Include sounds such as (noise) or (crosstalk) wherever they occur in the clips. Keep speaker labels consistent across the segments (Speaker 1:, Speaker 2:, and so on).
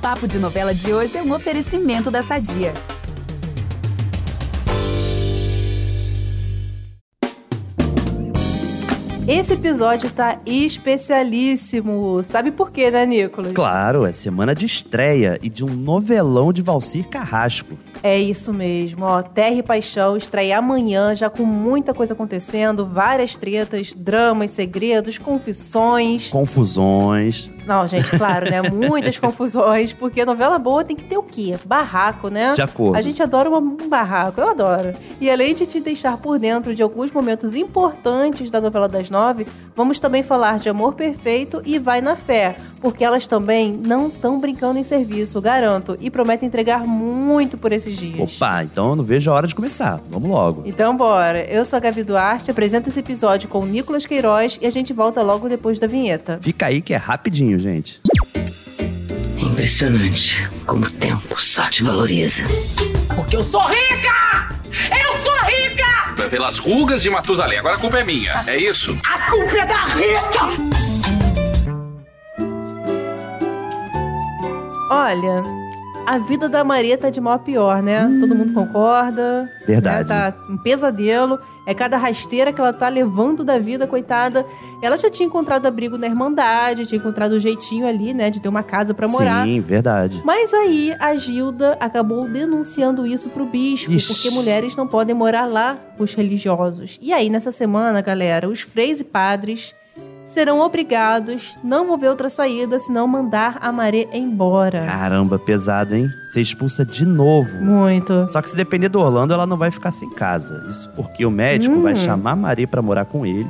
Speaker 1: Papo de Novela de hoje é um oferecimento da Sadia.
Speaker 2: Esse episódio tá especialíssimo. Sabe por quê, né, Nicolas?
Speaker 3: Claro, é semana de estreia e de um novelão de Valcir Carrasco.
Speaker 2: É isso mesmo, ó. Terra e Paixão estreia amanhã, já com muita coisa acontecendo, várias tretas, dramas, segredos, confissões.
Speaker 3: Confusões.
Speaker 2: Não, gente, claro, né? Muitas (laughs) confusões, porque novela boa tem que ter o quê? Barraco, né?
Speaker 3: De acordo.
Speaker 2: A gente adora uma- um barraco, eu adoro. E além de te deixar por dentro de alguns momentos importantes da novela das nove, vamos também falar de Amor Perfeito e Vai na Fé, porque elas também não estão brincando em serviço, garanto, e prometem entregar muito por esses dias.
Speaker 3: Opa, então eu não vejo a hora de começar. Vamos logo.
Speaker 2: Então bora, eu sou a Gabi Duarte, apresento esse episódio com o Nicolas Queiroz e a gente volta logo depois da vinheta.
Speaker 3: Fica aí que é rapidinho, gente.
Speaker 4: É impressionante como o tempo só te valoriza.
Speaker 5: Porque eu sou rica! Eu sou rica!
Speaker 6: pelas rugas de Matusalém. Agora a culpa é minha, é isso?
Speaker 5: A culpa é da Rita!
Speaker 2: Olha, a vida da Maria tá de mal a pior, né? Todo mundo concorda.
Speaker 3: Verdade.
Speaker 2: né? Tá um pesadelo. É cada rasteira que ela tá levando da vida, coitada. Ela já tinha encontrado abrigo na Irmandade, tinha encontrado um jeitinho ali, né? De ter uma casa pra morar.
Speaker 3: Sim, verdade.
Speaker 2: Mas aí a Gilda acabou denunciando isso pro bispo,
Speaker 3: Ixi.
Speaker 2: porque mulheres não podem morar lá, os religiosos. E aí nessa semana, galera, os freis e padres serão obrigados, não vão ver outra saída senão mandar a Maré embora.
Speaker 3: Caramba, pesado, hein? Ser expulsa de novo.
Speaker 2: Muito.
Speaker 3: Só que se depender do Orlando, ela não vai ficar sem casa. Isso porque o médico
Speaker 2: Hum.
Speaker 3: vai chamar a Maria pra morar com ele.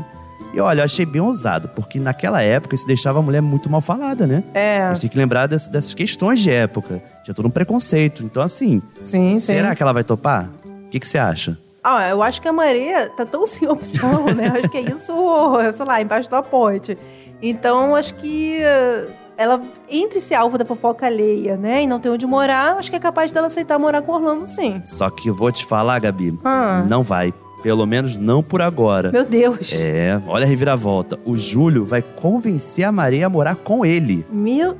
Speaker 3: E olha, eu achei bem ousado, porque naquela época isso deixava a mulher muito mal falada, né?
Speaker 2: É,
Speaker 3: A gente tem que lembrar dessas, dessas questões de época. Tinha todo um preconceito. Então, assim,
Speaker 2: sim,
Speaker 3: será que ela vai topar? O que que você acha?
Speaker 2: Ah, eu acho que a Maria tá tão (laughs) sem opção, né? Eu acho que é isso, sei lá, embaixo da ponte. Então, acho que eh, ela, entre esse alvo da fofoca alheia, né? E não tem onde morar, acho que é capaz dela aceitar morar com o Orlando, sim.
Speaker 3: Só que eu vou te falar, Gabi,
Speaker 2: Ah.
Speaker 3: não vai. Pelo menos não por agora.
Speaker 2: Meu Deus.
Speaker 3: É, olha a reviravolta. O Júlio vai convencer a Maria a morar com ele.
Speaker 2: Meu,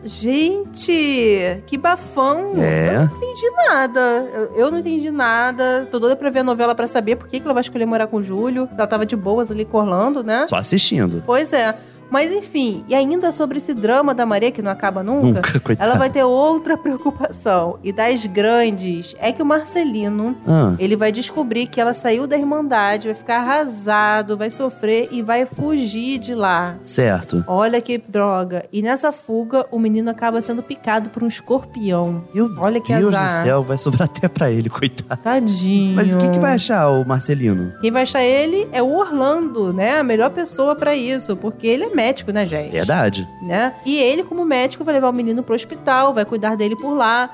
Speaker 2: gente, que bafão.
Speaker 3: É.
Speaker 2: Eu não entendi nada. Eu, eu não entendi nada. Tô doida pra ver a novela pra saber por que, que ela vai escolher morar com o Júlio. Ela tava de boas ali com o Orlando, né?
Speaker 3: Só assistindo.
Speaker 2: Pois é. Mas enfim, e ainda sobre esse drama da Maria que não acaba nunca,
Speaker 3: Nunca, (laughs) coitado.
Speaker 2: ela vai ter outra (laughs) preocupação. E das grandes é que o Marcelino,
Speaker 3: Ah,
Speaker 2: ele vai descobrir que ela saiu da Irmandade, vai ficar arrasado, vai sofrer e vai fugir de lá.
Speaker 3: certo.
Speaker 2: Olha que droga. E nessa fuga, o menino acaba sendo picado por um escorpião.
Speaker 3: Meu
Speaker 2: Olha que
Speaker 3: Deus
Speaker 2: azar.
Speaker 3: do céu, vai sobrar até pra ele, coitado.
Speaker 2: Tadinho.
Speaker 3: Mas o que, que vai achar o Marcelino?
Speaker 2: Quem vai achar ele é o Orlando, né? A melhor pessoa pra isso, porque ele é médico, né, gente?
Speaker 3: Verdade.
Speaker 2: né? E ele, como médico, vai levar o menino pro hospital, vai cuidar dele por lá.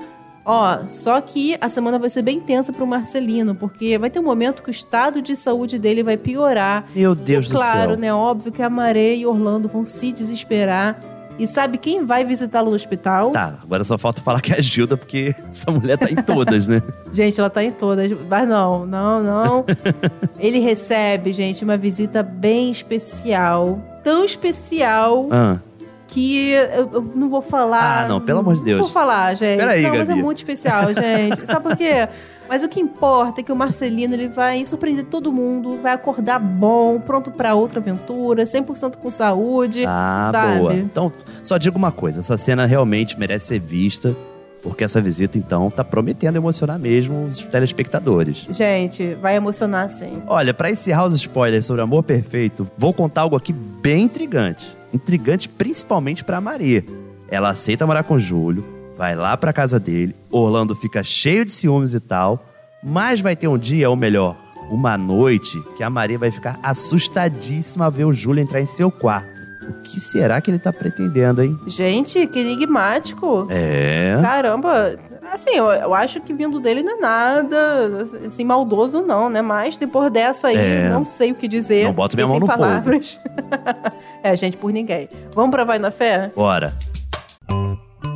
Speaker 2: Ó, só que a semana vai ser bem tensa pro Marcelino, porque vai ter um momento que o estado de saúde dele vai piorar.
Speaker 3: Meu Deus
Speaker 2: e claro,
Speaker 3: do céu.
Speaker 2: né? Óbvio que a Maré e Orlando vão se desesperar. E sabe quem vai visitá-lo no hospital?
Speaker 3: Tá, agora só falta falar que é a Gilda, porque essa mulher tá em todas, né?
Speaker 2: Gente, ela tá em todas. Mas não, não,
Speaker 3: (laughs)
Speaker 2: não. Ele recebe, gente, uma visita bem especial. Tão especial
Speaker 3: Ah,
Speaker 2: que eu, eu não vou falar.
Speaker 3: Ah, não, pelo amor de Deus.
Speaker 2: Não vou falar, gente.
Speaker 3: Peraí,
Speaker 2: não, mas é
Speaker 3: Gabi.
Speaker 2: muito
Speaker 3: (laughs)
Speaker 2: especial, gente. Sabe por quê? Mas o que importa é que o Marcelino ele vai surpreender todo mundo, vai acordar bom, pronto pra outra aventura, 100% com saúde.
Speaker 3: ah
Speaker 2: sabe?
Speaker 3: boa. Então, só digo uma coisa: essa cena realmente merece ser vista, porque essa visita, então, tá prometendo emocionar mesmo os telespectadores.
Speaker 2: Gente, vai emocionar sim.
Speaker 3: Olha, pra encerrar os spoilers sobre Amor Perfeito, vou contar algo aqui bem intrigante. Intrigante principalmente pra Maria. Ela aceita morar com o Júlio, vai lá pra casa dele, Orlando fica cheio de ciúmes e tal, mas vai ter um dia, ou melhor, uma noite, que a Maria vai ficar assustadíssima ao ver o Júlio entrar em seu quarto. O que será que ele tá pretendendo, hein?
Speaker 2: Gente, que enigmático.
Speaker 3: É.
Speaker 2: Caramba, assim, eu, eu acho que vindo dele não é nada assim, maldoso, não, né? Mas depois dessa aí,
Speaker 3: É.
Speaker 2: não sei o que dizer.
Speaker 3: Não boto minha
Speaker 2: fiquei
Speaker 3: mão
Speaker 2: sem
Speaker 3: no fogo.
Speaker 2: palavras. (laughs) é, gente, por ninguém. Vamos pra Vai na Fé?
Speaker 3: Bora.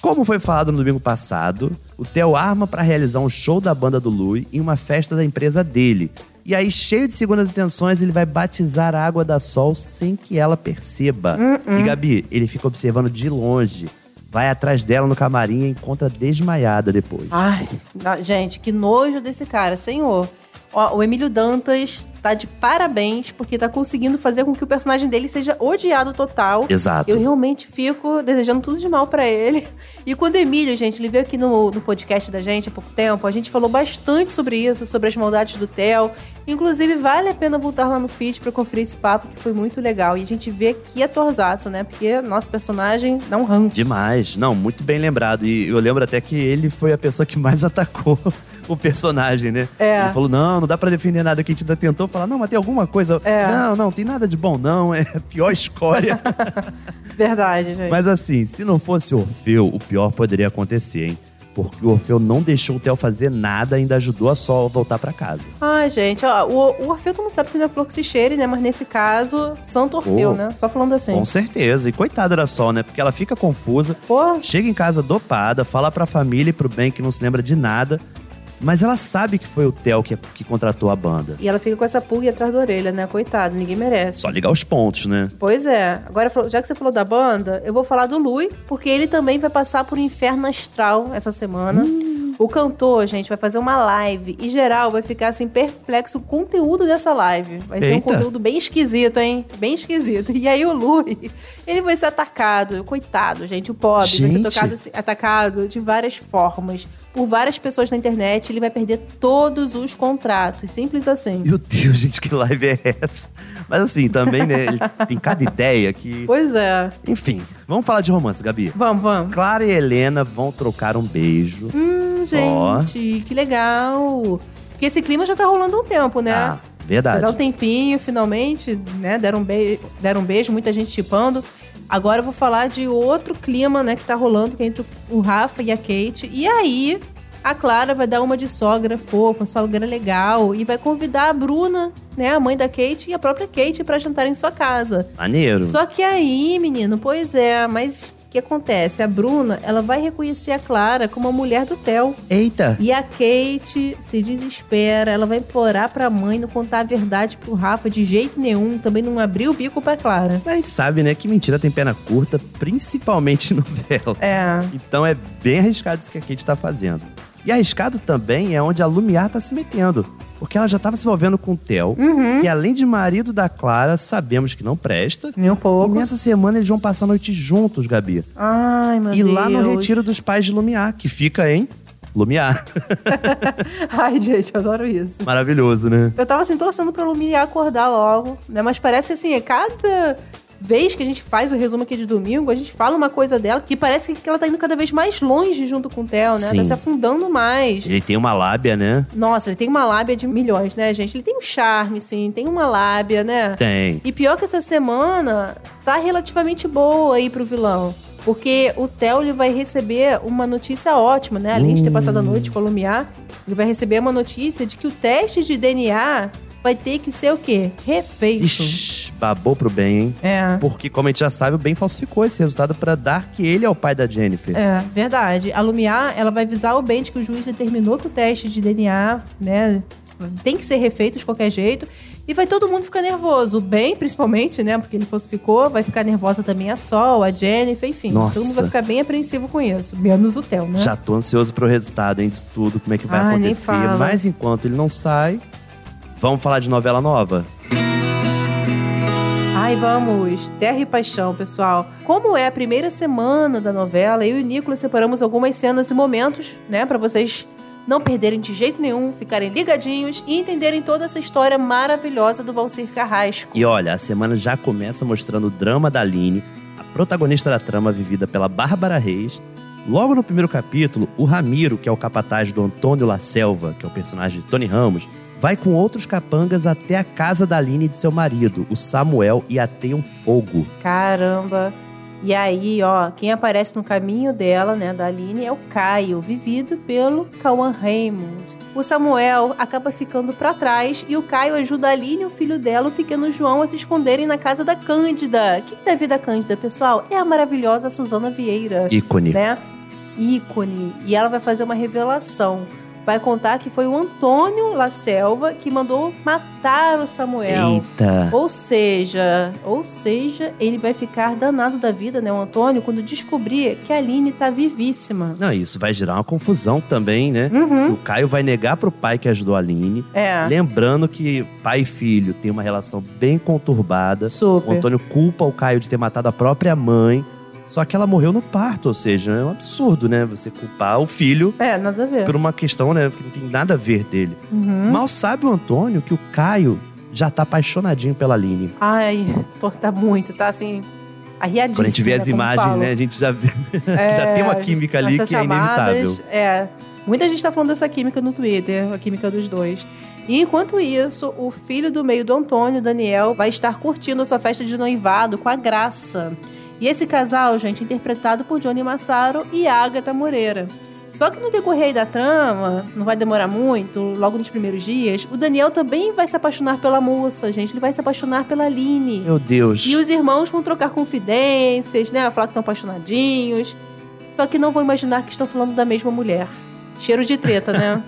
Speaker 3: Como foi falado no domingo passado, o Theo arma para realizar um show da banda do Lui em uma festa da empresa dele. E aí, cheio de segundas intenções, ele vai batizar a água da Sol sem que ela perceba. E Gabi, ele fica observando de longe. Vai atrás dela no camarim e a encontra desmaiada depois.
Speaker 2: Ai, na- gente, que nojo desse cara, senhor. Ó, o Emílio Dantas tá de parabéns porque tá conseguindo fazer com que o personagem dele seja odiado total.
Speaker 3: Exato.
Speaker 2: Eu realmente fico desejando tudo de mal pra ele. (laughs) E quando o Emílio, gente, ele veio aqui no, no podcast da gente há pouco tempo, a gente falou bastante sobre isso, sobre as maldades do Theo. Inclusive, vale a pena voltar lá no feed pra conferir esse papo, que foi muito legal. E a gente vê que atorzaço, né? Porque nosso personagem dá um ranço.
Speaker 3: Demais. Não, muito bem lembrado. E eu lembro até que ele foi a pessoa que mais (laughs) atacou o personagem, né?
Speaker 2: É.
Speaker 3: Ele falou: não, não dá pra defender nada. Que a gente ainda tentou falar: não, mas tem alguma coisa.
Speaker 2: É.
Speaker 3: Não, não, tem nada de bom, não. É a
Speaker 2: (laughs)
Speaker 3: pior escória.
Speaker 2: Verdade, gente.
Speaker 3: mas assim, se não fosse Orfeu, o pior poderia acontecer, hein? Porque o Orfeu não deixou o Theo fazer nada, ainda ajudou a Sol a voltar pra casa.
Speaker 2: Ai, gente, ó, o, o Orfeu todo mundo sabe que não é flor que se cheire, né? Mas nesse caso, Santo Orfeu,
Speaker 3: Oh.
Speaker 2: né? Só falando assim.
Speaker 3: Com certeza. E coitada da Sol, né? Porque ela fica confusa,
Speaker 2: Pô,
Speaker 3: Chega em casa dopada, fala pra família e pro Ben que não se lembra de nada, mas ela sabe que foi o Theo que, que contratou a banda.
Speaker 2: e ela fica com essa pulga atrás da orelha, né? Coitado, ninguém merece.
Speaker 3: Só ligar os pontos, né?
Speaker 2: Pois é. Agora, falou- já que você falou da banda, eu vou falar do Lui, porque ele também vai passar por um inferno astral essa semana.
Speaker 3: Hum.
Speaker 2: O cantor, gente, vai fazer uma live e geral vai ficar assim perplexo com o conteúdo dessa live. Vai ser um
Speaker 3: Eita.
Speaker 2: conteúdo bem esquisito, hein? Bem esquisito. E aí o Lui, ele vai ser atacado, coitado, gente, o pobre
Speaker 3: Gente.
Speaker 2: vai ser tocado, assim, atacado de várias formas, por várias pessoas na internet, ele vai perder todos os contratos, simples assim.
Speaker 3: Meu Deus, gente, que live é essa? Mas assim, também, né? Ele tem cada ideia que.
Speaker 2: Pois é.
Speaker 3: Enfim, vamos falar de romance, Gabi.
Speaker 2: Vamos, vamos.
Speaker 3: Clara e Helena vão trocar um beijo.
Speaker 2: Hum,
Speaker 3: Ó.
Speaker 2: gente, que legal. Porque esse clima já tá rolando há um tempo, né?
Speaker 3: Ah,
Speaker 2: Vai dar um
Speaker 3: verdade.
Speaker 2: tempinho, finalmente, né? Deram um, be deram um beijo, muita gente chipando. Agora eu vou falar de outro clima, né, que tá rolando que é entre o Rafa e a Kate. E aí, a Clara vai dar uma de sogra fofa, sogra legal, e vai convidar a Bruna, né, a mãe da Kate e a própria Kate pra jantar em sua casa.
Speaker 3: Maneiro.
Speaker 2: Só que aí, menino, pois é, mas o que acontece? A Bruna, ela vai reconhecer a Clara como a mulher do Theo.
Speaker 3: Eita!
Speaker 2: E a Kate se desespera, ela vai implorar pra mãe não contar a verdade pro Rafa de jeito nenhum, também não abrir o bico pra Clara.
Speaker 3: Mas sabe, né? Que mentira tem perna curta, principalmente (laughs) em novela.
Speaker 2: É.
Speaker 3: Então é bem arriscado isso que a Kate tá fazendo. E arriscado também é onde a Lumiar tá se metendo. Porque ela já tava se envolvendo com o Theo,
Speaker 2: Uhum.
Speaker 3: que além de marido da Clara, sabemos que não presta.
Speaker 2: Nem um
Speaker 3: E
Speaker 2: pouco.
Speaker 3: nessa semana eles vão passar a noite juntos, Gabi.
Speaker 2: Ai, meu
Speaker 3: e
Speaker 2: Deus.
Speaker 3: lá no retiro dos pais de Lumiar, que fica em Lumiar.
Speaker 2: (laughs)
Speaker 3: (laughs)
Speaker 2: Ai, gente, eu adoro isso.
Speaker 3: Maravilhoso, né?
Speaker 2: Eu tava assim, torcendo pra Lumiar acordar logo, né? Mas parece assim, é cada vez que a gente faz o resumo aqui de domingo, a gente fala uma coisa dela que parece que ela tá indo cada vez mais longe junto com o Theo, né? Tá
Speaker 3: Sim.
Speaker 2: se afundando mais.
Speaker 3: Ele tem uma lábia, né?
Speaker 2: Nossa, ele tem uma lábia de milhões, né, gente? Ele tem um charme, sim, tem uma lábia, né?
Speaker 3: Tem.
Speaker 2: E pior que essa semana tá relativamente boa aí pro vilão. Porque o Theo ele vai receber uma notícia ótima, né? Além de ter passado a noite com a Lumiar, ele vai receber uma notícia de que o teste de DNA vai ter que ser o quê? Refeito.
Speaker 3: Ixi, babou pro bem, hein?
Speaker 2: É.
Speaker 3: Porque, como a gente já sabe, o Ben falsificou esse resultado pra dar que ele é o pai da Jennifer.
Speaker 2: É, verdade. A Lumiar, ela vai avisar o Ben de que o juiz determinou que o teste de DNA, né, tem que ser refeito de qualquer jeito. E vai todo mundo ficar nervoso. O Ben, principalmente, né, porque ele falsificou, vai ficar nervosa também a Sol, a Jennifer, enfim.
Speaker 3: Nossa.
Speaker 2: Todo mundo vai ficar bem apreensivo com isso. Menos o Theo, né?
Speaker 3: Já tô ansioso pro resultado, hein, disso tudo, como é que vai
Speaker 2: Ai, nem
Speaker 3: acontecer.
Speaker 2: fala.
Speaker 3: Mas enquanto ele não sai, vamos falar de novela nova?
Speaker 2: Ai, vamos! Terra e Paixão, pessoal. Como é a primeira semana da novela, eu e o Nicolas separamos algumas cenas e momentos, né, Pra vocês não perderem de jeito nenhum, ficarem ligadinhos e entenderem toda essa história maravilhosa do Valcir Carrasco.
Speaker 3: E olha, a semana já começa mostrando o drama da Aline, a protagonista da trama vivida pela Bárbara Reis. Logo no primeiro capítulo, o Ramiro, que é o capataz do Antônio La Selva, que é o personagem de Tony Ramos, vai com outros capangas até a casa da Aline e de seu marido, o Samuel, e ateiam um fogo.
Speaker 2: Caramba! E aí, ó, quem aparece no caminho dela, né, da Aline, é o Caio, vivido pelo Cauan Raymond. O Samuel acaba ficando pra trás e o Caio ajuda a Aline e o filho dela, o pequeno João, a se esconderem na casa da Cândida. Quem teve da Cândida, pessoal? É a maravilhosa Suzana Vieira
Speaker 3: Ícone.
Speaker 2: né? Ícone. E ela vai fazer uma revelação. Vai contar que foi o Antônio La Selva que mandou matar o Samuel.
Speaker 3: Eita.
Speaker 2: Ou seja, ou seja, ele vai ficar danado da vida, né, o Antônio, quando descobrir que a Aline tá vivíssima.
Speaker 3: Não, isso vai gerar uma confusão também, né?
Speaker 2: Uhum.
Speaker 3: O Caio vai negar pro pai que ajudou a Aline.
Speaker 2: É.
Speaker 3: Lembrando que pai e filho têm uma relação bem conturbada. O
Speaker 2: Super.
Speaker 3: Antônio culpa o Caio de ter matado a própria mãe. Só que ela morreu no parto, ou seja, é um absurdo, né? Você culpar o filho
Speaker 2: É, nada a ver.
Speaker 3: por uma questão, né, que não tem nada a ver dele.
Speaker 2: Uhum.
Speaker 3: Mal sabe o Antônio que o Caio já tá apaixonadinho pela Aline.
Speaker 2: Ai, tô- tá muito, tá assim. Arriadíssimo.
Speaker 3: Quando a gente vê as imagens, né, a gente já vê (laughs) que já tem uma química ali
Speaker 2: Essas
Speaker 3: que é inevitável.
Speaker 2: chamadas, é. Muita gente tá falando dessa química no Twitter, a química dos dois. E enquanto isso, o filho do meio do Antônio, Daniel, vai estar curtindo a sua festa de noivado com a Graça. E esse casal, gente, é interpretado por Johnny Massaro e Agatha Moreira. Só que no decorrer aí da trama, não vai demorar muito, logo nos primeiros dias, o Daniel também vai se apaixonar pela moça, gente. Ele vai se apaixonar pela Aline.
Speaker 3: Meu Deus.
Speaker 2: E os irmãos vão trocar confidências, né? Falar que estão apaixonadinhos. Só que não vão imaginar que estão falando da mesma mulher. Cheiro de treta, né?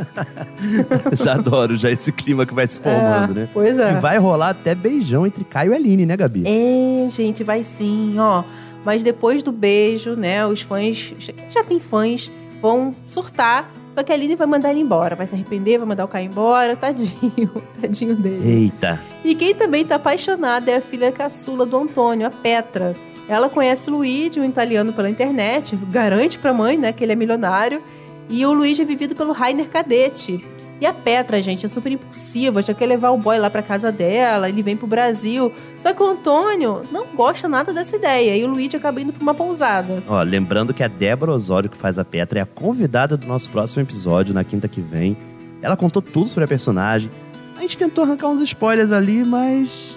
Speaker 3: (laughs) já adoro já esse clima que vai se (laughs) formando, né?
Speaker 2: Pois
Speaker 3: E
Speaker 2: é.
Speaker 3: vai rolar até beijão entre Caio e Aline, né, Gabi?
Speaker 2: É, gente, vai sim, ó. Mas depois do beijo, né? Os fãs. Quem já tem fãs vão surtar. Só que a Aline vai mandar ele embora. Vai se arrepender, vai mandar o Caio embora. Tadinho, (laughs) tadinho dele.
Speaker 3: Eita.
Speaker 2: E quem também tá apaixonada é a filha caçula do Antônio, a Petra. Ela conhece o Luigi, um italiano pela internet, garante pra mãe, né, que ele é milionário, e o Luigi é vivido pelo Rainer Cadete. E a Petra, gente, é super impulsiva, já quer levar o boy lá pra casa dela, ele vem pro Brasil. Só que o Antônio não gosta nada dessa ideia, e o Luigi acaba indo pra uma pousada.
Speaker 3: Ó, lembrando que a Débora Osório, que faz a Petra, é a convidada do nosso próximo episódio, na quinta que vem. Ela contou tudo sobre a personagem. A gente tentou arrancar uns spoilers ali, mas,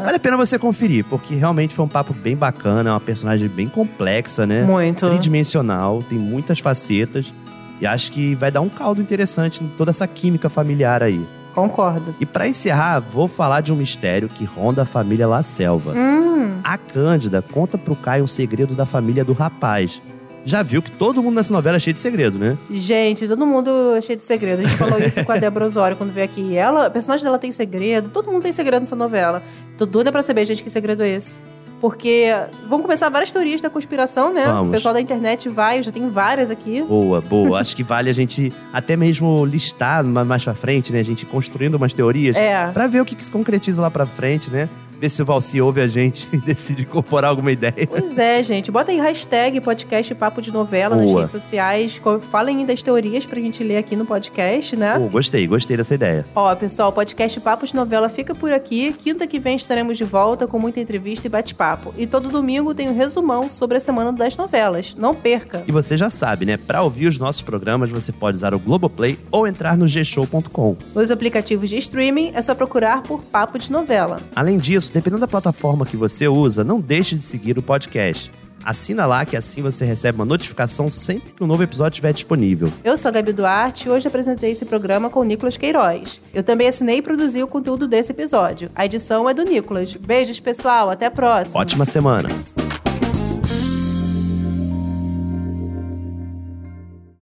Speaker 2: É,
Speaker 3: Vale a pena você conferir, porque realmente foi um papo bem bacana, é uma personagem bem complexa, né?
Speaker 2: É, muito.
Speaker 3: Tridimensional, tem muitas facetas. E acho que vai dar um caldo interessante em toda essa química familiar aí.
Speaker 2: Concordo.
Speaker 3: E pra encerrar, vou falar de um mistério que ronda a família La Selva.
Speaker 2: Hum,
Speaker 3: A Cândida conta pro Caio um segredo da família do rapaz. Já viu que todo mundo nessa novela é cheio de segredo, né?
Speaker 2: gente, todo mundo é cheio de segredo. A gente falou isso com a Débora Osório quando veio aqui. Ela, a personagem dela tem segredo, todo mundo tem segredo nessa novela. Tô doida pra saber, gente, que segredo é esse. Porque vão começar várias teorias da conspiração, né?
Speaker 3: Vamos.
Speaker 2: O pessoal da internet vai, eu já tenho várias aqui.
Speaker 3: Boa, (laughs) boa. Acho que vale a gente até mesmo listar ma- mais pra frente, né? A gente construindo umas teorias
Speaker 2: É.
Speaker 3: pra ver o que, que se concretiza lá pra frente, né? Ver se o Valci ouve a gente (laughs) e decide incorporar alguma ideia.
Speaker 2: Pois é, gente. Bota aí hashtag podcast Papo de Novela nas
Speaker 3: Boa.
Speaker 2: redes sociais. Co- Falem das teorias pra gente ler aqui no podcast, né?
Speaker 3: Pô, gostei, gostei dessa ideia.
Speaker 2: Ó, pessoal, o podcast Papo de Novela fica por aqui. Quinta que vem estaremos de volta com muita entrevista e bate-papo. E todo domingo tem um resumão sobre a semana das novelas. Não perca!
Speaker 3: E você já sabe, né? Pra ouvir os nossos programas, você pode usar o Globoplay ou entrar no gshow.com.
Speaker 2: Nos aplicativos de streaming é só procurar por Papo de Novela.
Speaker 3: Além disso, dependendo da plataforma que você usa, não deixe de seguir o podcast. Assina lá que assim você recebe uma notificação sempre que um novo episódio estiver disponível.
Speaker 2: Eu sou a Gabi Duarte e hoje apresentei esse programa com o Nicolas Queiroz. Eu também assinei e produzi o conteúdo desse episódio. A edição é do Nicolas. Beijos, pessoal. Até a próxima.
Speaker 3: Ótima semana!